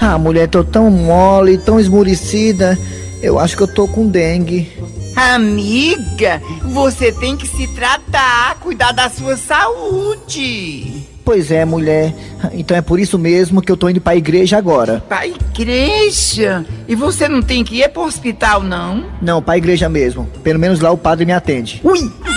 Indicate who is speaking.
Speaker 1: Ah, mulher, tô tão mole, tão esmurecida. Eu acho que eu tô com dengue.
Speaker 2: Amiga, você tem que se tratar, cuidar da sua saúde.
Speaker 1: Pois é, mulher. Então é por isso mesmo que eu tô indo pra igreja agora.
Speaker 2: Pra igreja? E você não tem que ir pro hospital, não?
Speaker 1: Não, pra igreja mesmo. Pelo menos lá o padre me atende.
Speaker 2: Ui,